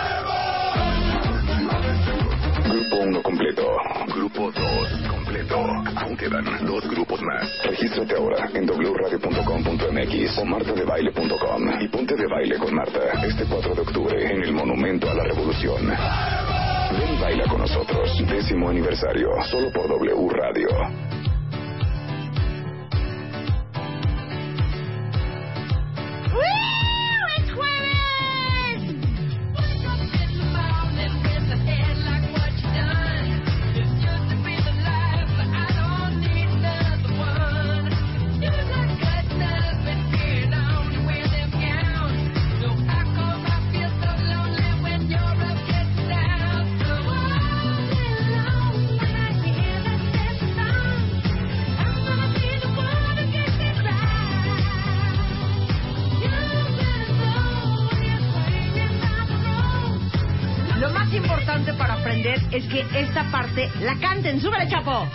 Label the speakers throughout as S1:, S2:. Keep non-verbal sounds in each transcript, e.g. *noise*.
S1: Grupo 1 completo. Grupo 2 completo. Aún quedan dos grupos más. Regístrate ahora en wradio.com.mx o martadebaile.com y ponte de baile con Marta este 4 de octubre en el Monumento a la Revolución. Ven y baila con nosotros. Décimo aniversario. Solo por W Radio.
S2: ¡Es jueves!
S3: Lo más importante para aprender es que esta parte la canten. ¡Súbele, Chapo!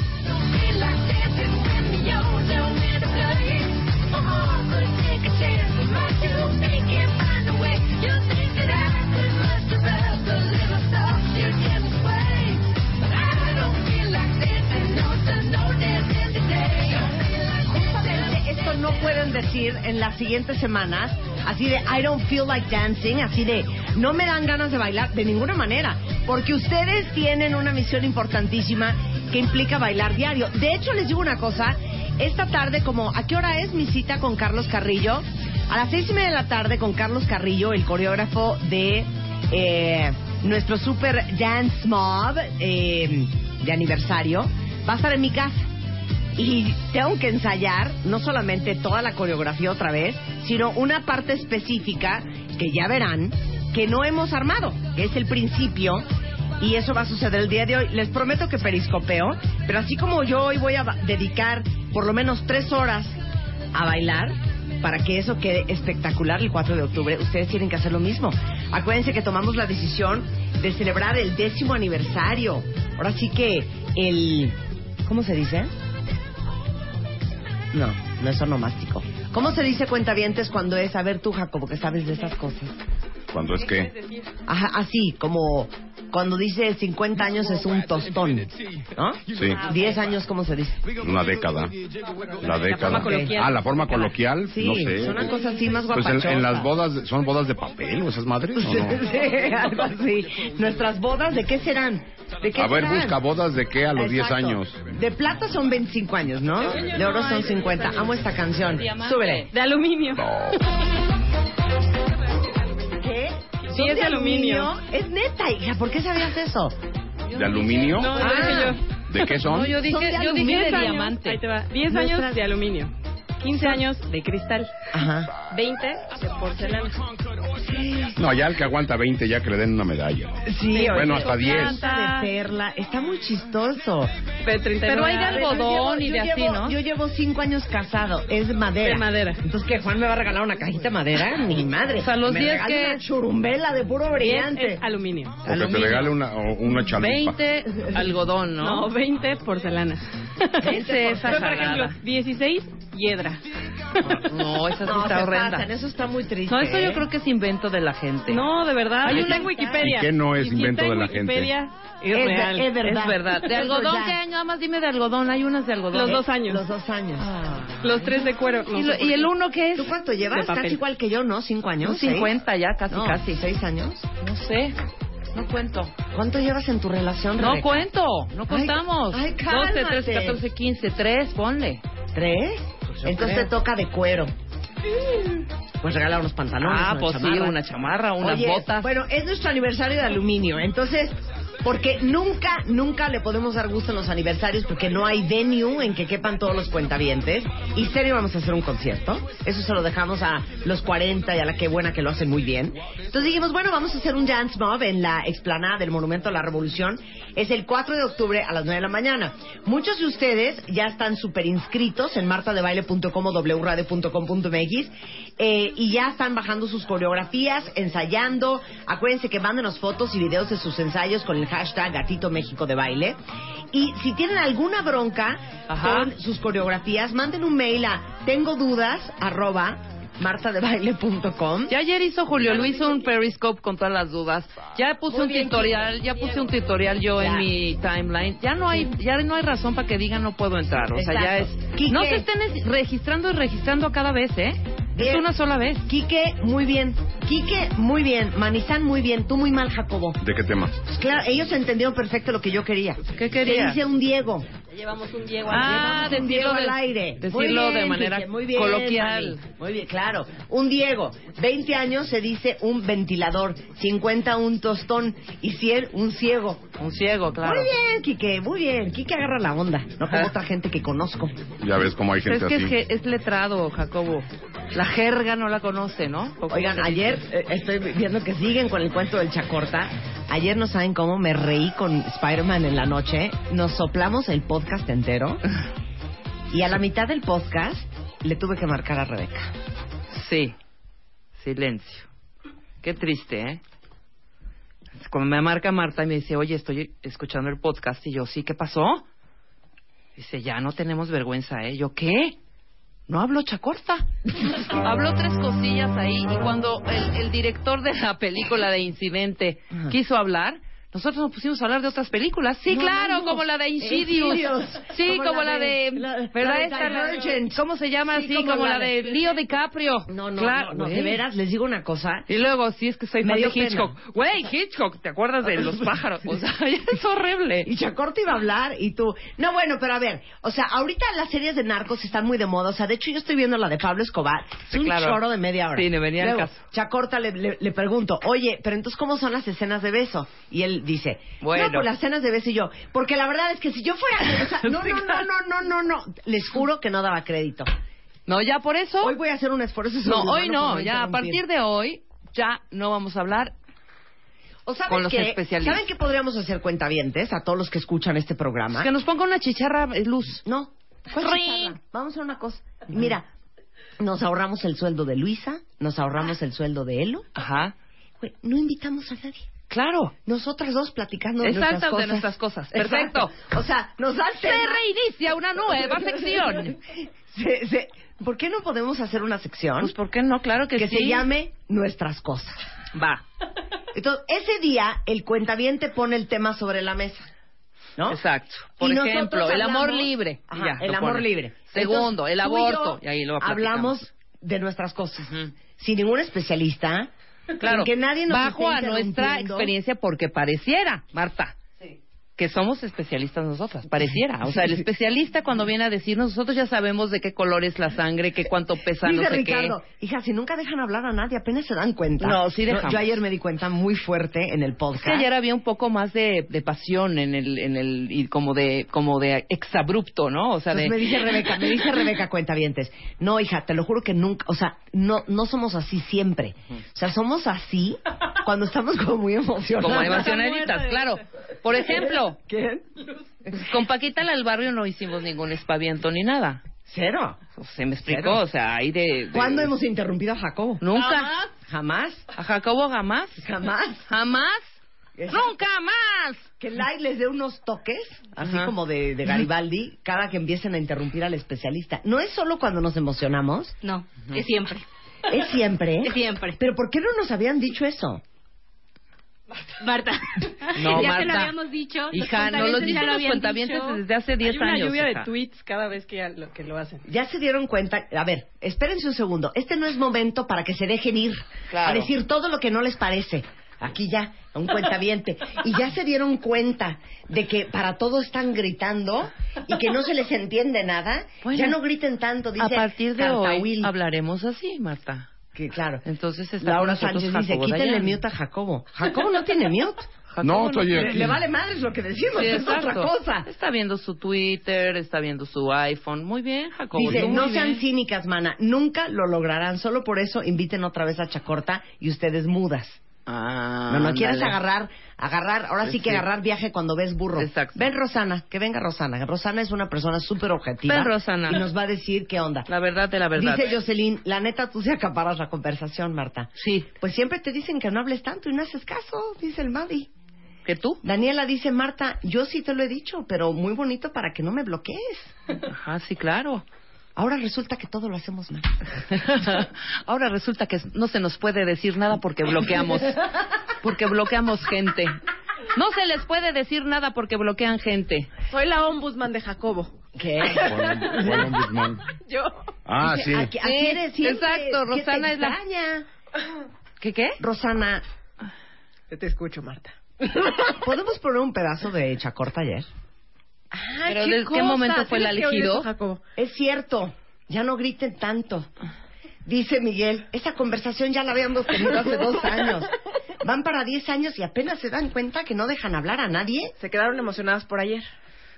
S3: Justamente esto no pueden decir en las siguientes semanas, así de I don't feel like dancing, así de no me dan ganas de bailar de ninguna manera, porque ustedes tienen una misión importantísima que implica bailar diario. De hecho, les digo una cosa, esta tarde como, ¿a qué hora es mi cita con Carlos Carrillo? A las seis y media de la tarde con Carlos Carrillo, el coreógrafo de eh, nuestro super dance mob eh, de aniversario, va a estar en mi casa y tengo que ensayar no solamente toda la coreografía otra vez, sino una parte específica que ya verán que no hemos armado, que es el principio. Y eso va a suceder el día de hoy. Les prometo que periscopeo, pero así como yo hoy voy a ba- dedicar por lo menos tres horas a bailar para que eso quede espectacular el 4 de octubre, ustedes tienen que hacer lo mismo. Acuérdense que tomamos la decisión de celebrar el décimo aniversario. Ahora sí que el... ¿Cómo se dice? No, no es onomástico. ¿Cómo se dice cuentavientes cuando es, a ver tú, Jacobo, que sabes de esas cosas?
S4: Cuando es que
S3: Ajá, así, como cuando dice 50 años es un tostón, ¿no?
S4: Sí.
S3: 10 años, ¿cómo se dice?
S4: una década, la década.
S3: forma coloquial.
S4: Ah, la forma coloquial,
S3: Sí,
S4: no sé.
S3: es una cosa así más
S4: Pues en,
S3: guapachosa.
S4: en las bodas, ¿son bodas de papel o esas madres? o no?
S3: *laughs* Sí, algo así. Nuestras bodas, ¿de qué serán? ¿De qué
S4: A ver,
S3: serán?
S4: busca bodas de qué a los 10
S3: Exacto.
S4: años.
S3: De plata son 25 años, ¿no? De oro son 50. Amo esta canción. Súbele.
S5: De aluminio.
S3: ¿Qué?
S5: Sí,
S3: ¿Son
S5: es de aluminio.
S3: Es neta, hija, ¿por qué sabías eso?
S4: ¿De aluminio?
S5: No,
S3: Ah.
S5: yo dije yo.
S4: ¿De qué son?
S5: No, yo
S3: Son de
S5: dije, yo
S3: aluminio
S5: dije
S3: de
S5: 10 años.
S6: diamante.
S5: Ahí te va. 10
S3: Nuestras-
S5: años de aluminio. 15 años de cristal.
S3: Ajá.
S5: 20 de porcelana.
S4: No, ya el que aguanta 20, ya que le den una medalla.
S3: Sí,
S4: Bueno,
S3: oye,
S4: hasta 10.
S3: de perla. Está muy chistoso.
S5: De 39.
S6: Pero hay de algodón y
S3: yo
S6: de así,
S3: llevo-
S6: ¿no?
S3: Yo llevo cinco años casado, es de madera.
S5: De madera.
S3: Entonces, ¿qué, Juan me va a regalar una cajita de
S6: *laughs*
S3: madera? Ni madre.
S6: O sea, los
S3: Me
S6: 10
S3: regala
S6: que- eh,
S3: una churumbela de puro brillante.
S5: Es aluminio.
S4: O que te regale una, o una chalupa.
S5: *laughs*
S6: 20 algodón,
S5: No,
S6: ¿no?
S5: 20 porcelana.
S6: Ese es
S5: Yo, por ejemplo,
S6: jalada.
S5: 16 hiedra.
S6: No, esa sí
S3: No,
S6: está
S3: se
S6: horrenda.
S3: pasan, eso está muy triste. ¿eh?
S6: No, eso yo creo que es invento de la gente.
S5: No, de verdad.
S6: Hay
S5: Hay
S6: una
S5: una en Wikipedia.
S4: ¿Y qué no es
S5: Y si
S4: invento
S5: está en
S4: de la gente?
S5: Wikipedia,
S3: Es,
S5: es
S3: ver-
S5: real.
S3: es verdad.
S6: Es verdad. ¿De
S3: Es
S6: algodón
S3: verdad.
S6: qué año? Nada más dime de algodón. Hay unas de algodón.
S5: Los dos años.
S3: Los dos años.
S5: Los tres de cuero. No
S6: ¿Y,
S5: sé
S6: lo-
S5: por
S6: y
S5: qué.
S6: el uno qué es?
S3: ¿Tú cuánto
S5: De
S3: llevas?
S5: papel.
S3: Casi igual que yo, ¿no? ¿Cinco años?
S6: Un 50 ya, casi,
S3: ¿Seis? No,
S6: casi.
S3: ¿Seis años?
S6: No sé. No cuento.
S3: ¿Cuánto llevas en tu relación,
S6: No pues.
S3: Rebeca?
S6: cuento. No
S3: Ay,
S6: contamos.
S3: ay,
S6: 12, 13,
S3: cálmate.
S6: 14, 15, 3, ponle.
S3: ¿Tres?
S6: Pues yo
S3: Entonces
S6: creo.
S3: te toca de cuero. Pues regala unos pantalones.
S6: ah,
S3: una
S6: pues sí,
S3: chamarra.
S6: una chamarra, unas
S3: Oye,
S6: botas.
S3: Bueno, es nuestro aniversario de aluminio, entonces, porque nunca, nunca le podemos dar gusto en los aniversarios porque no hay venue en que quepan todos los cuentavientes. Y serio vamos a hacer un concierto. Eso se lo dejamos a los 40 y a la que buena que lo hacen muy bien. Entonces dijimos, bueno, vamos a hacer un dance mob en la explanada del Monumento a la Revolución. Es el 4 de octubre a las 9 de la mañana. Muchos de ustedes ya están súper inscritos en martadebaile.com o wradio.com.mx eh, y ya están bajando sus coreografías, ensayando. Acuérdense que mándenos fotos y videos de sus ensayos con el hashtag Gatito México de Baile. Y si tienen alguna bronca
S6: Ajá.
S3: con sus coreografías, manden un mail a tengo dudas arroba martadebaile.com.
S6: Ya ayer hizo Julio Luis un periscope con todas las dudas. Ya puse
S3: Muy
S6: un
S3: bien,
S6: tutorial, ya puse un tutorial yo
S3: Ya.
S6: en mi timeline. Ya no hay ya no hay razón para que digan no puedo entrar, o sea, ya es
S3: Exacto. Quique.
S6: No se estén es- registrando y registrando cada vez, ¿eh?
S3: Bien.
S6: Es una sola vez.
S3: Quique, muy bien. Quique, muy bien. Manizán, muy bien. Tú muy mal, Jacobo.
S4: ¿De qué tema?
S3: Pues claro, ellos entendieron perfecto lo que yo quería.
S6: ¿Qué
S3: Te
S6: quería?
S3: dice un Diego.
S5: Llevamos un Diego
S6: Ah,
S3: Llegamos un
S6: decirlo,
S3: Diego
S6: de-
S3: al aire.
S6: decirlo
S3: Muy bien,
S6: de manera
S3: Quique, muy bien,
S6: coloquial.
S3: Mani. Muy bien, claro. Un Diego, 20 años se dice un ventilador, 50 un tostón y 100 un ciego.
S6: Un ciego, claro.
S3: Muy bien, Quique, muy bien. Quique agarra la onda, no
S6: *laughs*
S3: como otra gente que conozco.
S4: Ya ves cómo hay
S6: Pero
S4: gente
S6: Pues es que
S4: así.
S6: es, que es letrado, Jacobo. La jerga no la conoce, ¿no? ¿O cómo
S3: Oigan,
S6: se dice?
S3: ayer eh, estoy viendo que siguen con el cuento del Chacorta. Ayer no saben cómo me reí con Spider-Man en la noche. Nos soplamos el podcast entero. Y a la mitad del podcast le tuve que marcar a Rebeca.
S6: Sí. Silencio. Qué triste, ¿eh? Cuando me marca Marta y me dice, oye, estoy escuchando el podcast, y yo, sí, ¿qué pasó? Dice, ya no tenemos vergüenza, ¿eh? Yo, ¿qué? No hablo chacorta. *laughs* Habló tres cosillas ahí, y cuando el, el director de la película de Incidente
S3: Ajá.
S6: quiso hablar, nosotros nos pusimos a hablar de otras películas. Sí,
S3: No,
S6: claro,
S3: no, no.
S6: como la de Insidious.
S3: Insidious.
S6: Sí, como, la, de...
S3: la- la
S6: ¿Verdad?
S3: de
S6: Esta, la-
S3: Divergent.
S6: ¿Cómo se llama así? Como, la de Leo DiCaprio.
S3: No, no,
S6: Claro,
S3: no, no, de
S6: güey.
S3: veras, les digo una cosa.
S6: Y luego, sí, es que soy
S3: Me
S6: fan de
S3: dio pena.
S6: Hitchcock. Güey, *laughs* Hitchcock, ¿te acuerdas de los pájaros? O sea, *laughs* es horrible.
S3: Y Chacorta iba a hablar y tú... No, bueno, pero a ver, o sea, ahorita las series de narcos están muy de moda. O sea, de hecho yo estoy viendo la de Pablo Escobar. Es
S6: Sí,
S3: un
S6: claro.
S3: choro de media hora.
S6: Sí, me venía al
S3: Luego,
S6: caso.
S3: Chacorta le, le- le pregunto, oye, pero entonces, ¿cómo son las escenas de beso? Y él dice,
S6: Bueno.
S3: no, pues las escenas de beso y yo. Porque la verdad es que si yo fuera...
S6: *laughs*
S3: o sea, no, no, no, no, no, no, no. Les juro que no daba crédito.
S6: No, ya por eso.
S3: Hoy voy a hacer un esfuerzo.
S6: no,
S3: sobrehumano
S6: hoy no,
S3: por
S6: ya a
S3: interrumpir.
S6: partir de hoy, ya no vamos a hablar.
S3: O saben
S6: Con los
S3: qué?
S6: especialistas.
S3: ¿Saben qué podríamos hacer cuentavientes a todos los que escuchan este programa?
S6: Que nos ponga una chicharra eh, *laughs* luz.
S3: No. ¿Cuál chicharra? Vamos a hacer una cosa. Mira, nos ahorramos el sueldo de Luisa, nos ahorramos el sueldo de Elo.
S6: Ajá.
S3: Güey, No invitamos a nadie.
S6: Claro.
S3: Nosotras dos platicando de
S6: Exacto,
S3: nuestras cosas.
S6: de nuestras cosas.
S3: Exacto.
S6: Perfecto.
S3: O sea, nos da el
S6: Se
S3: tema.
S6: reinicia una *laughs* nueva sección.
S3: *laughs* Se- se- ¿Por qué no podemos hacer una sección
S6: Pues, ¿por qué no? Claro que,
S3: que
S6: sí.
S3: se llame Nuestras Cosas?
S6: Va.
S3: Entonces, ese día el cuentaviente pone el tema sobre la mesa. ¿No?
S6: Exacto. Por
S3: Y nosotros
S6: ejemplo, el
S3: hablamos-
S6: amor libre. Y
S3: Ajá,
S6: ya,
S3: el
S6: lo
S3: amor
S6: pone.
S3: libre.
S6: Segundo,
S3: Entonces,
S6: el
S3: tú y
S6: aborto.
S3: yo
S6: Y ahí lo
S3: hablamos de nuestras cosas.
S6: Ujú.
S3: Sin ningún especialista. sin
S6: Claro,
S3: que nadie nos
S6: bajo a
S3: esté
S6: nuestra
S3: interrumpiendo.
S6: experiencia porque pareciera, Marta, que somos especialistas nosotras, pareciera. O
S3: *laughs*
S6: sea, el especialista cuando viene a decirnos, nosotros ya sabemos de qué color es la sangre, que cuánto pesa,
S3: Dice
S6: no sé
S3: Ricardo, hija, si nunca dejan hablar a nadie, apenas se dan cuenta.
S6: No, sí dejamos.
S3: Yo ayer me di cuenta muy fuerte en el
S6: qué.
S3: podcast.
S6: Es que ayer había un poco más de, de pasión en el, en el, y como de, como de exabrupto, ¿no? O sea, de...
S3: Entonces Pues me dice Rebeca, me dice Rebeca Cuentavientes, no hija, te lo juro que nunca, o sea, no, no somos así siempre. O sea, somos así cuando estamos como muy emocionados.
S6: *laughs* como emocionaditas, claro. Por ejemplo,
S3: ¿Quién?
S6: con Paquita la del barrio no hicimos ningún espaviento ni nada.
S3: Cero.
S6: Se me explicó,
S3: Cero.
S6: o sea, ahí de... de-
S3: ¿Cuándo hemos interrumpido a Jacobo?
S6: Nunca.
S3: Jamás.
S6: ¿A Jacobo jamás?
S3: Jamás.
S6: ¿Jamás?
S3: Exacto.
S6: ¡Nunca más!
S3: Que Lai les dé unos toques, así
S6: Ajá.
S3: como de, de Garibaldi, cada que empiecen a interrumpir al especialista. No es solo cuando nos emocionamos,
S5: No, es siempre.
S3: es siempre.
S6: *laughs*
S5: Es siempre.
S3: Pero ¿por qué no nos habían dicho eso?
S5: Marta.
S6: No,
S5: *laughs* ya
S6: Marta.
S5: te lo habíamos dicho.
S6: Hija, no, los
S5: cuentavientes
S6: dicen
S5: ya lo
S6: los
S5: habían
S6: cuentavientes
S5: dicho.
S6: desde hace 10
S5: Hay una
S6: años,
S5: lluvia
S6: hija.
S5: de tweets cada vez que, ya lo, que lo hacen.
S3: Ya se dieron cuenta. A ver, espérense un segundo. Este no es momento para que se dejen ir
S6: Claro.
S3: a decir todo lo que no les parece. Aquí ya, a un cuentaviente. Y ya se dieron cuenta de que para todo están gritando y que no se les entiende nada.
S6: Bueno,
S3: ya no griten tanto, dice
S6: a partir de hoy
S3: Cartahuil.
S6: hablaremos así, Marta.
S3: Que claro.
S6: Entonces está
S3: Laura
S6: con nosotros
S3: Sánchez dice,
S6: Jacobo
S3: quítenle
S6: Dayan.
S3: mute a Jacobo. Jacobo no tiene mute. *laughs*
S6: Jacobo
S4: No, estoy
S6: tiene-
S4: aquí. Le vale
S3: madres lo que decimos,
S6: Sí, exacto. Está viendo su Twitter, está viendo su iPhone. Muy bien, Jacobo.
S3: Dice,
S6: tú muy
S3: no sean
S6: bien".
S3: cínicas, mana, nunca lo lograrán, solo por eso inviten otra vez a Chacorta y ustedes mudas.
S6: Ah,
S3: No, no quieres
S6: ándale.
S3: agarrar, agarrar, ahora sí que
S6: Sí.
S3: agarrar viaje cuando ves burro.
S6: Exacto.
S3: Ven Rosana, que venga Rosana. Rosana es una persona súper objetiva.
S6: Ven, Rosana.
S3: Y nos va a decir qué onda.
S6: La verdad de la verdad.
S3: Dice Jocelyn, la neta tú se acaparas la conversación, Marta.
S6: Sí,
S3: Pues siempre te dicen que no hables tanto y no haces caso, dice el Madi.
S6: que tú.
S3: Daniela dice, Marta, yo sí te lo he dicho, pero muy bonito para que no me bloquees.
S6: Ajá, sí, claro.
S3: Ahora resulta que todo lo hacemos mal.
S6: *laughs* Ahora resulta que no se nos puede decir nada porque bloqueamos. Porque bloqueamos gente. No se les puede decir nada porque bloquean gente.
S5: Soy la ombudsman de Jacobo.
S3: ¿Qué?
S4: ¿Cuál- cuál
S6: *laughs*
S4: ombudsman?
S5: Yo.
S4: Ah, sí.
S3: Aquí, aquí
S6: Sí,
S3: eres siempre.
S6: exacto,
S3: ¿Qué te
S6: Rosana es la-
S3: extraña?
S6: ¿Qué qué?
S3: Rosana,
S5: Yo te escucho, Marta.
S3: *laughs* ¿podemos poner un pedazo de Chacorta ayer?
S6: ¿Pero ¿qué de qué cosa? momento fue el
S5: Tienes que oír
S6: elegido?
S5: eso, Jacobo.
S3: Es cierto, ya no griten tanto. Dice Miguel, esa conversación ya la habíamos tenido hace dos años. Van para diez años y apenas se dan cuenta que no dejan hablar a nadie.
S5: Se quedaron emocionadas por ayer.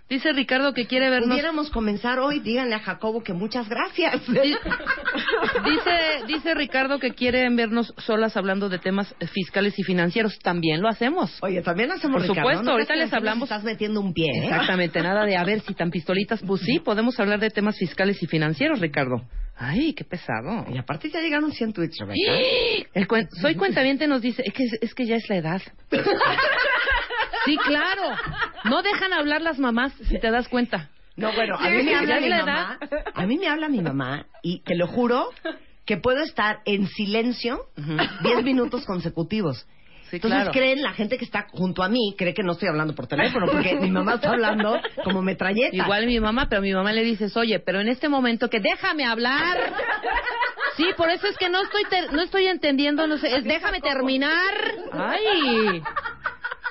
S6: Dice Ricardo que quiere vernos.
S3: Pudiéramos comenzar hoy, díganle a Jacobo que muchas gracias.
S6: Di- Dice, dice Ricardo que quieren vernos solas hablando de temas eh, fiscales y financieros. También lo hacemos.
S3: *laughs* Oye, también hacemos
S6: Por supuesto,
S3: Ricardo,
S6: ahorita
S3: creas que
S6: les
S3: así nos
S6: hablamos.
S3: Estás metiendo un pie, ¿eh?
S6: Exactamente, nada de a ver si tan pistolitas. Pues sí, podemos hablar de temas fiscales y financieros, Ricardo. Ay, qué pesado.
S3: Y aparte ya llegaron 100 tweets, Rebeca.
S6: El cuen- soy cuentaviente nos dice, es que, es que ya es
S5: *laughs*
S6: la edad. Sí, claro. No dejan hablar las mamás, si te das cuenta.
S3: No, bueno, a mí
S6: Sí,
S3: me habla
S6: ya
S3: mi
S6: la
S3: mamá. A mí me habla mi mamá y te lo juro que puedo estar en silencio
S6: Ujú.
S3: 10 minutos consecutivos.
S6: Sí,
S3: Entonces
S6: claro.
S3: creen la gente que está junto a mí, cree que no estoy hablando por teléfono porque mi mamá está hablando como metralleta.
S6: Igual mi mamá, pero a mi mamá le dices, oye, pero en este momento que déjame hablar. Sí, por eso es que no estoy ter- no estoy entendiendo, no sé, es déjame terminar. Ay.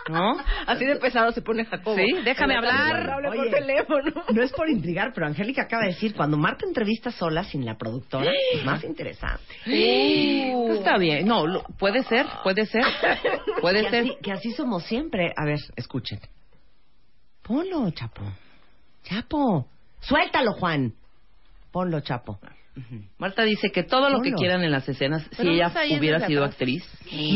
S6: ¿No?
S5: Así de pesado se pone Jacobo.
S6: Sí, déjame
S5: Cuando
S6: hablar.
S5: habla por
S3: Oye.
S5: teléfono.
S3: No es por intrigar, pero Angélica acaba de decir, cuando Marta entrevista sola sin la productora, es más interesante.
S6: Pues está bien. No, lo- puede ser, puede ser. Puede
S3: que,
S6: ser.
S3: Así, que así somos siempre. A ver, escuchen. Ponlo, Chapo. Chapo. Suéltalo, Juan. Ponlo, Chapo.
S6: Marta dice que todo lo que
S3: Solo.
S6: quieran en las escenas, si
S5: no
S6: ella
S5: está yendo
S6: hubiera
S5: hacia
S6: sido
S5: atrás.
S6: actriz,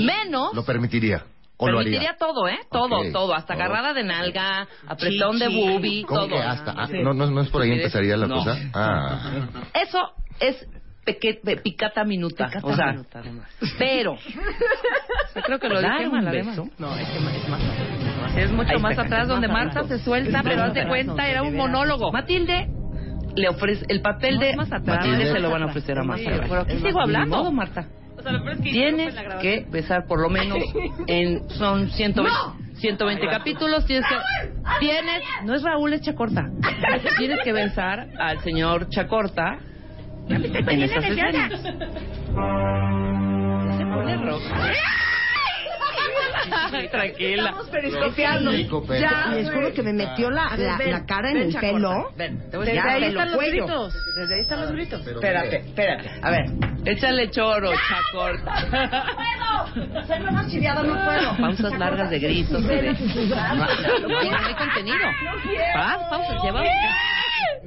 S6: menos
S7: Lo permitiría. O lo haría.
S6: permitiría todo, ¿eh? Todo,
S7: Ok.
S6: todo, hasta
S7: Oh.
S6: agarrada de nalga, apretón de
S3: Chichi.
S6: boobie,
S7: ¿Cómo
S6: todo.
S7: que hasta? Ah, no, no, no es por ahí empezaría la
S6: No.
S7: cosa. Ah.
S6: Eso es peque- pe- picata minuta,
S3: Picata
S6: o sea,
S3: minuta, además.
S6: pero O sea, creo que lo
S3: ¿Dar
S6: dije
S3: un
S6: mal,
S3: beso?
S6: además.
S3: No, es que ma- es más atrás.
S6: Es mucho
S3: Ahí
S6: más
S3: está,
S6: atrás
S3: es
S6: donde
S3: más
S6: Marta
S3: atrás.
S6: se suelta,
S3: Es
S6: pero
S3: más
S6: haz de
S3: atrás,
S6: cuenta
S3: donde
S6: era un
S3: veas.
S6: monólogo. Matilde le ofrece el papel de Matilde
S7: Matilde.
S6: se lo van a ofrecer a
S3: Es más
S6: Marta.
S3: atrás.
S6: Pero aquí
S3: Es
S6: sigo
S3: más-
S6: hablando,
S3: ni modo,
S6: Marta.
S5: O sea, lo peor es que yo
S6: Tienes
S5: fui la grabadora.
S6: que besar por lo
S7: *laughs*
S6: menos en son 120, 120 capítulos. Tienes que. Tienes. No es Raúl, es
S7: *laughs*
S6: Chacorta. Tienes que besar al señor Chacorta. En esas escenas. Ya se pone roja. *laughs* Ay, Tranquila.
S3: Estamos periscopeando.
S7: Rico, pero-
S3: Ya, les juro que me metió la, la,
S5: Ven,
S3: la cara en
S5: ven,
S3: el
S5: Chacorta,
S3: pelo.
S6: Ven, te voy a
S5: Desde
S6: echar
S5: ahí
S6: pelo.
S5: están los
S3: cuello.
S5: gritos. Desde ahí están los gritos.
S7: Pero
S3: Espérate,
S7: mire,
S3: espérate. A ver.
S6: Échale choro,
S5: *laughs*
S6: Chacorta.
S3: puedo! Soy la más chiviada, no puedo.
S6: Pausas largas de gritos. y de- No hay contenido.
S2: Ah,
S6: Ah, Paz, pausas, lleva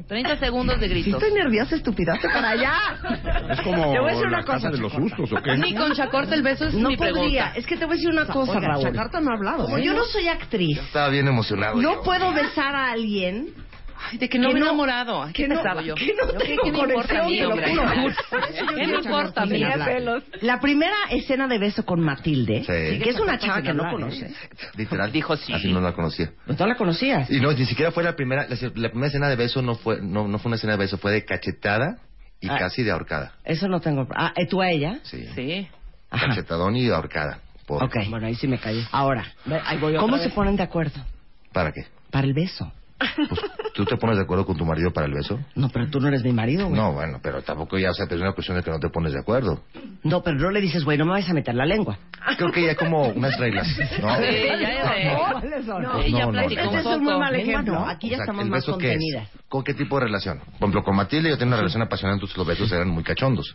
S6: 30 segundos de
S3: Si
S6: gritos.
S3: estoy nerviosa, estupidaste para allá.
S4: Es como
S3: Te voy a decir
S4: la
S3: una cosa,
S4: casa de los
S3: Chacorta.
S4: sustos, ¿o qué?
S6: Ni con Chacorta el beso es
S3: No
S6: mi
S3: podría.
S6: pregunta.
S3: Es que te voy a decir una cosa,
S7: oiga,
S3: Raúl.
S7: Chacorta
S3: no ha hablado. Como yo no soy actriz,
S7: Estaba bien emocionado.
S3: no
S7: yo.
S3: puedo besar a alguien
S6: Ay, de que no
S3: que
S6: me he
S3: no-
S6: enamorado. Ay,
S3: que
S6: ¿Qué
S3: no-
S6: pesado yo?
S3: que no
S6: Yo
S3: tengo
S6: ¿Qué me importa a mí,
S3: conexión,
S6: hombre?
S3: te lo juro. Por eso yo
S6: ¿Qué
S3: quiero
S6: me importa a mí?
S3: Tenía hablar.
S5: pelos.
S3: La primera escena de beso con Matilde,
S7: Sí.
S3: que es una chava que no
S6: hablar, ¿eh?
S3: conoces.
S7: Literal.
S6: Dijo sí.
S7: Así no la conocía.
S3: No la conocías.
S7: Y no, ni siquiera fue la primera. La, la primera escena de beso no fue, no, no fue una escena de beso, fue de cachetada y
S3: Ah.
S7: casi de ahorcada.
S3: Eso no tengo. Ah, ¿eh, ¿tú a ella?
S7: Sí.
S6: Sí.
S3: Ajá.
S7: Cachetadón y ahorcada. Por-
S3: Ok. Bueno, ahí sí me callé. Ahora, ¿cómo se ponen de acuerdo
S7: ¿Para qué?
S3: para el beso?
S7: Pues, ¿Tú te pones de acuerdo con tu marido para el beso?
S3: No, pero tú no eres mi marido, güey.
S7: No, bueno, pero tampoco ya, o sea, pero es una cuestión de que no te pones de acuerdo.
S3: No, pero no le dices, güey, no me vayas a meter la lengua.
S7: Creo que ya como unas reglas, ¿no?
S6: Sí, ya, ya.
S3: ¿Cuáles son?
S6: No,
S7: Pues
S6: ella
S7: no, no,
S6: platicó
S7: no.
S6: un
S3: Ese es
S6: poco.
S3: un muy mal
S6: Lengua,
S3: ejemplo.
S6: ¿no?
S3: Aquí
S7: O
S3: ya
S7: sea,
S3: estamos
S7: ¿el
S3: más
S7: beso qué es?
S3: contenidas.
S7: ¿Con qué tipo de relación? Por ejemplo, con Matilde yo tenía una relación apasionante, entonces los besos eran muy cachondos.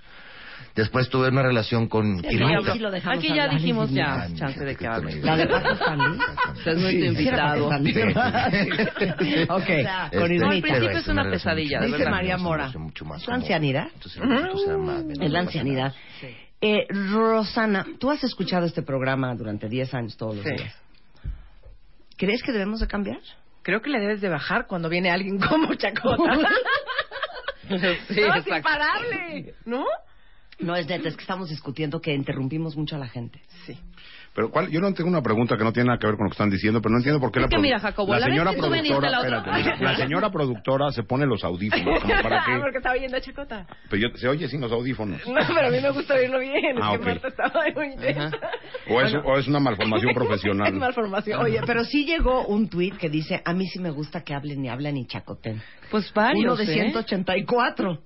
S7: Después tuve una relación con
S3: Sí,
S7: Kirillov.
S3: aquí lo dejamos
S6: Aquí ya
S3: hablar,
S6: dijimos
S3: Luis,
S6: ya,
S7: Ay,
S6: chance de
S7: gente,
S6: que
S7: tú
S6: hable.
S7: también.
S3: ¿La de Paco Stanley?
S6: Usted es
S3: Sí,
S6: nuestro
S3: sí era
S6: invitado.
S3: Paco Stanley.
S7: Sí.
S3: *laughs* Ok, con
S7: Este,
S6: No, al
S3: Irmita.
S6: principio
S7: pero
S6: es una
S7: relación
S6: pesadilla,
S7: mucho
S3: de
S7: más-
S3: verdad.
S7: mucho más-
S3: Mora.
S7: mucho más
S3: ¿Es
S7: como-
S3: ancianidad? Mm.
S7: Entonces, los besos eran más- menos
S3: Es la ancianidad. Eh, Rosana, tú has escuchado este programa durante 10 años todos los
S5: Sí.
S3: días. ¿Crees que debemos de cambiar?
S5: Creo que le debes de bajar cuando viene alguien
S3: *laughs*
S5: como Chacota. *laughs*
S6: Sí,
S5: no, es
S6: exacto.
S5: imparable, ¿no?
S3: No, es neta, es que estamos discutiendo que interrumpimos mucho a la gente.
S5: Sí.
S4: Pero ¿cuál? yo no tengo una pregunta que no tiene nada que ver con lo que están diciendo, pero no entiendo por qué
S6: Es
S4: la
S6: que
S4: produ-
S6: mira, Jacobo,
S4: la
S6: la vez
S4: señora
S6: que tú viniste
S4: productora,
S6: la otra-
S4: espérate, la señora productora se pone los audífonos
S5: *laughs*
S4: como
S6: *laughs*
S4: para
S5: Ah, Porque
S4: que
S5: estaba oyendo a Chacota.
S4: pero yo- se oye sin los audífonos.
S5: No, pero a mí me gusta oírlo bien.
S4: Ah,
S5: es
S4: ok.
S5: que Marta estaba muy intensa.
S4: O es,
S5: Bueno.
S4: o es
S3: *laughs*
S4: una
S6: *laughs*
S4: malformación
S5: Es
S4: profesional.
S5: malformación.
S3: Oye, pero sí llegó un tuit que dice, a mí sí me gusta que hablen ni hablan ni chacoten.
S6: Pues
S3: Uno
S6: varios,
S3: de
S6: ¿eh?
S3: 184.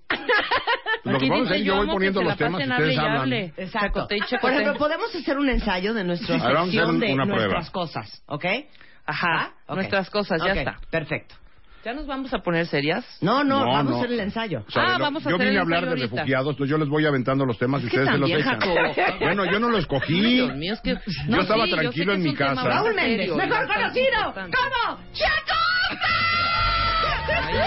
S4: Lo que
S6: Aquí
S4: vamos a hacer,
S6: dice,
S4: yo voy
S6: amo que
S4: poniendo
S6: se la
S4: los temas y
S6: pasen,
S4: ustedes
S6: hable y
S4: hablan.
S6: hable.
S3: Exacto.
S6: Chacote y
S3: Por
S6: chacote.
S3: ejemplo, podemos hacer un ensayo de nuestra
S4: A ver, vamos a
S3: sección
S4: hacer
S3: de
S4: una prueba.
S3: nuestras cosas, ¿ok? ¿Ah?
S6: Ajá,
S3: Ok.
S6: nuestras cosas, ya
S3: Ok,
S6: está.
S3: Perfecto.
S6: ¿Ya nos vamos a poner serias?
S3: No, no,
S4: No,
S3: vamos
S4: no.
S3: a hacer el ensayo.
S4: O sea,
S6: Ah,
S4: lo-
S6: vamos a
S4: yo
S6: hacer
S4: vine
S6: el
S4: a hablar de
S6: ensayo ahorita.
S4: refugiados, entonces yo les voy aventando los temas y ustedes se los
S6: también,
S4: echan.
S6: Jacobo.
S4: Bueno, yo no lo escogí.
S6: Dios mío, es
S4: *laughs*
S6: que...
S4: Yo estaba
S6: sí, sé
S4: tranquilo
S6: que
S4: en
S6: es
S4: mi
S6: un tema
S4: casa.
S6: muy
S3: Raúl Méndez,
S6: serio,
S3: mejor
S6: importante,
S3: conocido
S6: importante.
S3: como
S6: Ay, ¿cómo empezamos así?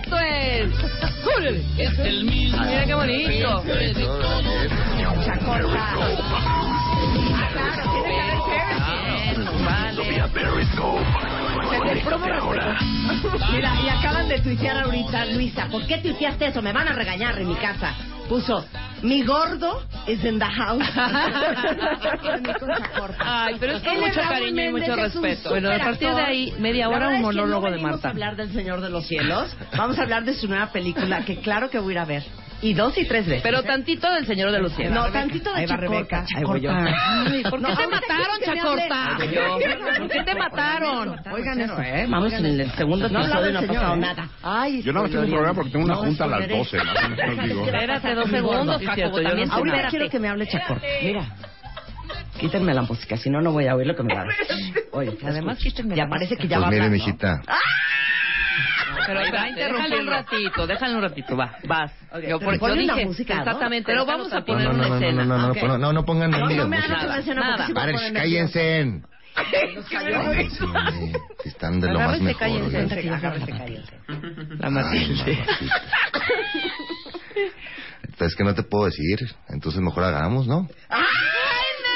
S6: ¡Esto es! ¡Júrele! ¡Es el mismo! ¡Mira qué bonito!
S3: Ah,
S8: Vía Periscope. Conéctate ahora.
S3: *laughs* Mira, y acaban de tuitear ahorita, Luisa, ¿por qué tuiteaste eso? Me van a regañar en mi casa. Puso, mi gordo is in the
S6: *laughs*
S3: house. *laughs* Mi cosa corta.
S6: Ay, pero es con
S3: Él es
S6: mucho
S3: Raúl
S6: cariño y mucho
S3: Méndez, es un
S6: respeto. Bueno, a partir de
S3: superactor.
S6: ahí, media
S3: La
S6: hora
S3: verdad
S6: un
S3: es que
S6: monólogo
S3: no
S6: de
S3: venimos a
S6: Marta.
S3: hablar del Señor de los Cielos. Vamos a hablar de su nueva película, que claro que voy a ir a ver. Y dos y tres veces. ¿eh?
S6: Pero tantito del Señor de los Cielos.
S3: no, tantito de
S5: Ahí va
S3: Chacorta.
S5: Rebeca, ahí voy yo.
S3: Ay,
S6: ¿Por qué
S3: no,
S6: te
S3: ahorita
S6: mataron,
S3: quiero que me hable.
S6: Chacorta?
S3: Ay, yo.
S6: ¿Por qué te mataron?
S3: Oigan eso, ¿eh? Vamos en el segundo
S6: No ha hablado
S3: episodio y no ha
S6: el señor,
S3: pasado
S6: ¿eh?
S3: nada.
S6: Ay,
S4: Yo no más tengo un programa porque tengo una junta a las 12, más o menos,
S6: *laughs*
S4: digo.
S6: Espérate dos segundos,
S3: Sí,
S6: Jacobo, también
S3: Ahorita
S6: espérate.
S3: quiero que me hable Chacorta. Mira. Quítenme la música, si no, no voy a oír lo que me va a decir. Oye,
S6: Además,
S3: escucha,
S6: quítenme
S3: Ya
S6: la
S3: parece
S6: música.
S3: que ya va
S7: Pues
S3: a
S7: mire,
S3: hablar, ¿no?
S7: mijita,
S6: Pero espérate, déjale un ratito, déjale un ratito, va, vas. Yo, por, yo
S3: pues Ponle la
S6: dije,
S3: música, ¿no?
S6: exactamente,
S3: Pero
S6: pero vamos a
S3: déjalo
S6: poner
S7: no, no,
S6: una
S7: no, no,
S6: escena.
S7: no, no, no,
S3: ok.
S7: pongan- no, no pongan
S3: No,
S7: amigas
S3: no me hagas
S7: música.
S3: una escena
S6: Nada,
S3: porque sí me voy a
S7: Padres,
S3: poner nerviosa.
S7: cállense. Ay, sí, que están de lo más
S6: Agárrense,
S7: mejor.
S6: cállense,
S7: oigan.
S3: Siéntate, agárrate, cállate.
S6: La
S7: Ay,
S6: Matilde.
S7: mamacita. Pues es que no te puedo decir, entonces mejor hagamos, ¿no?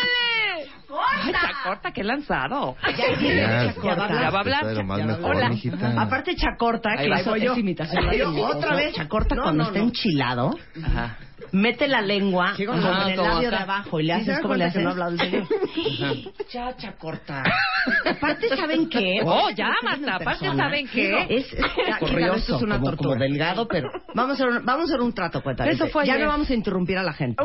S6: Ay, Chacorta, qué lanzado.
S3: Ya,
S7: Ya,
S3: ya va a
S6: Ya va
S3: hablar.
S6: a hablar.
S7: Esto es lo más
S6: ya va a
S7: mejor,
S6: hablar.
S7: mijita.
S3: Aparte Chacorta,
S6: Ahí
S3: que
S6: va,
S3: hizo
S6: voy yo.
S3: esa imitación.
S6: Ahí
S3: maravillosa.
S6: otra vez.
S3: Chacorta
S6: No,
S3: cuando
S6: no,
S3: está
S6: no.
S3: enchilado,
S6: Ajá.
S3: mete la lengua
S6: Sí, como-
S3: como
S6: Ajá,
S3: en el
S6: como
S3: labio de
S6: acá.
S3: abajo y le
S6: ¿Sí se
S3: haces
S6: dan
S3: como le
S6: cuenta
S3: hacen
S6: que
S3: no
S6: no?
S3: hablado el señor. Ya, Chacorta. Aparte, ¿saben qué? *laughs*
S6: Oh, ya, Marta, aparte, ¿saben qué?
S3: Es, es- ya,
S6: Corrioso,
S3: esto es una
S6: como-
S3: tortura.
S6: como
S3: delgado, pero... Vamos a hacer un, vamos a hacer un trato, cuenta.
S6: Eso fue
S3: Ya
S6: ayer.
S3: no vamos a interrumpir a la gente.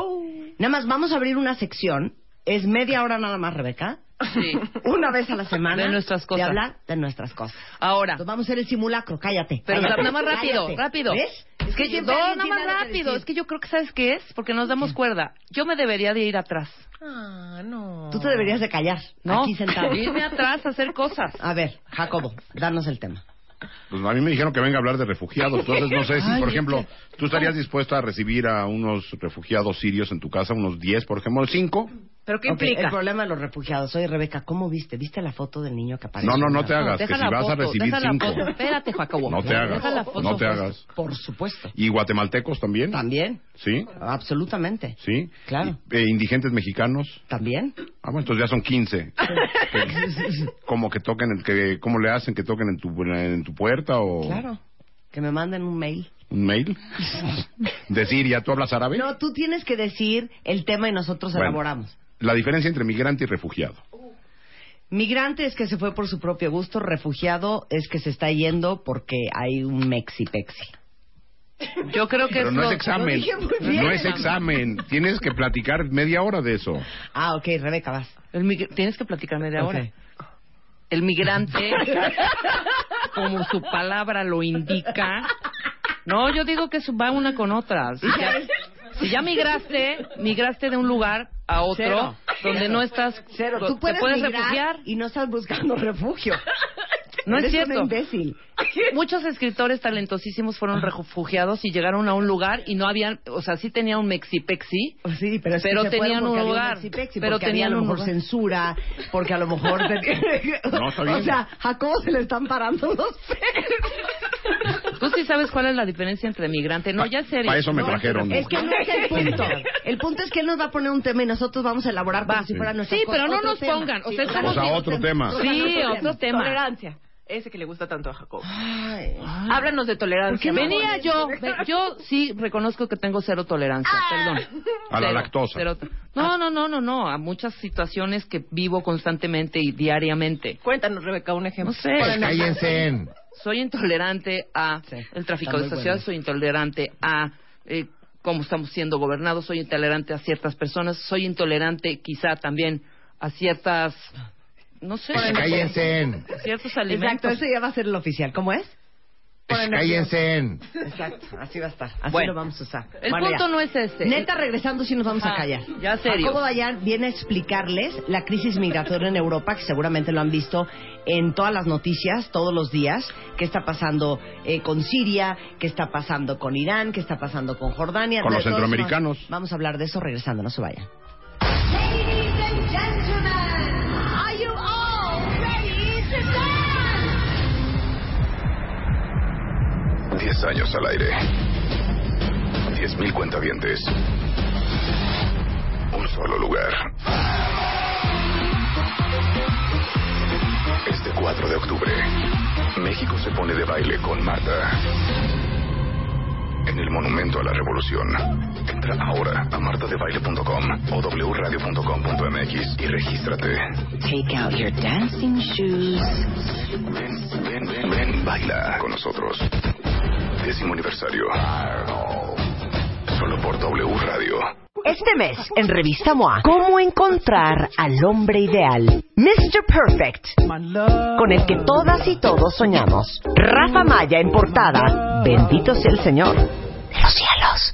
S3: Nada más, vamos a abrir una sección. Es media hora nada más, Rebeca.
S6: Sí.
S3: Una vez a la semana.
S6: De nuestras cosas.
S3: De hablar de nuestras cosas.
S6: Ahora,
S3: Entonces, vamos a hacer el simulacro, cállate.
S6: pero
S3: cállate,
S6: nada más rápido,
S3: cállate.
S6: rápido.
S3: ¿Ves?
S6: Es que yo,
S3: siempre
S6: no,
S3: alguien
S6: nada más
S3: tiene algo que
S6: rápido.
S3: decir.
S6: Es que yo creo que sabes qué es, porque nos damos cuerda. Yo me debería de ir atrás,
S5: Ah, no.
S3: Tú te deberías de callar.
S6: ¿no?
S3: Aquí
S6: *laughs*
S3: Ah. sentado.
S6: Irme atrás a hacer cosas.
S3: A ver, Jacobo, danos el tema.
S4: Pues a mí me dijeron que venga a hablar de refugiados, entonces no sé si, por ejemplo, tú estarías dispuesta a recibir a unos refugiados sirios en tu casa, unos 10, por ejemplo, 5.
S6: ¿Pero qué
S3: Ok,
S6: implica?
S3: El problema de los refugiados. Oye, Rebeca, ¿cómo viste? ¿Viste la foto del niño que apareció?
S4: No, no, no te hagas, que
S6: deja
S4: si
S6: la
S4: vas a
S6: foto,
S4: recibir
S6: deja la
S4: 5.
S6: foto. Espérate, Jacobo.
S4: No te
S6: Deja
S4: hagas,
S6: la foto,
S4: no te
S6: pues.
S4: hagas.
S3: Por supuemaltecos.
S4: ¿Y guatemaltecos también?
S3: También,
S4: ¿Sí?
S3: absolutamente.
S4: ¿Sí?
S3: Claro.
S4: ¿Y, eh, ¿Indigentes mexicanos?
S3: También.
S4: Ah, bueno, entonces ya son 15. *laughs* Que- como que toquen, el- que, ¿Cómo le hacen que toquen en tu, en tu puerta o
S3: Claro. Que me manden un mail.
S4: un mail? De Siria, ¿tú hablas árabe?
S3: No, tú tienes que decir el tema y nosotros
S4: Bueno.
S3: elaboramos.
S4: La diferencia entre migrante y refugiado.
S3: Migrante es que se fue por su propio gusto, refugiado es que se está yendo porque hay un mexipexi.
S6: Yo creo que
S4: Pero
S6: es
S4: no
S6: lo-
S4: es examen.
S3: dije muy bien,
S4: No es examen. Tienes que platicar media hora de eso.
S3: Ah, ok, Rebeca, vas.
S6: el mig- Tienes que platicarme de ahora.
S3: Ok. *laughs*
S6: El migrante, como su palabra lo indica. No, yo digo que eso va una con otra. Si ya, si ya migraste, migraste de un lugar a otro
S3: Cero.
S6: donde no estás.
S3: Cero,
S6: do-
S3: tú puedes,
S6: Pues, te puedes
S3: migrar
S6: refugiar.
S3: y no estás buscando *laughs* refugio.
S6: No es
S3: Eres
S6: cierto.
S3: un imbécil.
S6: Muchos escritores talentosísimos fueron refugiados y llegaron a un lugar y no habían, o sea, sí tenían un mexipexi,
S3: Pues Sí, pero, es que
S6: Pero
S3: se
S6: tenían
S3: fueron
S6: un
S3: porque había
S6: lugar.
S3: mexipexi,
S6: Pero
S3: porque había
S6: tenían
S3: a lo
S6: un
S3: mejor
S6: lugar.
S3: censura, porque a lo mejor.
S4: *laughs*
S3: *laughs*
S4: No, está
S3: O
S4: bien.
S3: sea, ¿a cómo se le están parando los perros?
S6: Tú sí sabes cuál es la diferencia entre migrante. No, ya sería.
S4: Para eso me
S6: No,
S4: trajeron.
S3: Es que no es el punto. El punto es que él nos va a poner un tema y nosotros vamos a elaborar como si fuera nuestro
S6: Sí,
S3: co-
S6: pero no
S3: otro
S6: nos
S3: tema.
S6: pongan. O sea,
S3: Sí,
S6: estamos-
S4: O sea, otro tema.
S6: Sí, otro tema.
S5: Tolerancia. Ese que le gusta tanto a Jacob.
S3: Ah. Ay.
S5: Háblanos de tolerancia.
S6: Venía yo, ve- yo sí reconozco que tengo cero tolerancia,
S3: Ah.
S6: perdón.
S4: A la
S6: Cero,
S4: lactosa.
S6: cero to- no, no, no, no, no, a muchas situaciones que vivo constantemente y diariamente.
S5: Cuéntanos, Rebeca, un
S6: No
S5: ejemplo.
S6: sé.
S7: Pues cállense. en-
S6: soy intolerante a el tráfico de sociedad, soy intolerante a eh, cómo estamos siendo gobernados, soy intolerante a ciertas personas, soy intolerante quizá también a ciertas, no sé,
S7: Cállense. en-
S6: ciertos
S3: Exacto,
S6: alimentos.
S3: ese ya va a ser el oficial. ¿Cómo es?
S7: Cállense. en-
S3: Exacto, así va a estar. Así
S6: Bueno.
S3: lo vamos a usar.
S6: El
S3: Bueno,
S6: punto
S3: ya.
S6: no es ese.
S3: Neta, regresando, sí nos vamos a
S6: Ajá,
S3: callar.
S6: ya serio.
S3: Jacobo Dayan viene a explicarles la crisis migratoria en Europa, que seguramente lo han visto en todas las noticias, todos los días, qué está pasando eh, con Siria, qué está pasando con Irán, qué está pasando con Jordania.
S4: Con
S3: de
S4: los
S3: todo eso.
S4: centroamericanos.
S3: Vamos a hablar de eso regresando, no se vayan.
S2: Ladies and gentlemen, are you all ready to dance?
S1: 10 años al aire. 10.000 cuentavientes. Un solo lugar. Este 4 de octubre, México se pone de baile con Marta. En el Monumento a la Revolución. Entra ahora a martadebaile.com o wradio.com.mx y regístrate.
S2: Take out your dancing shoes.
S1: Ven, ven, ven, ven, baila con nosotros. Décimo aniversario. Solo por W Radio.
S3: Este mes, en Revista MOA, ¿cómo encontrar al hombre ideal? Mr. Perfect, con el que todas y todos soñamos. Rafa Maya en portada, bendito sea el Señor. Los cielos.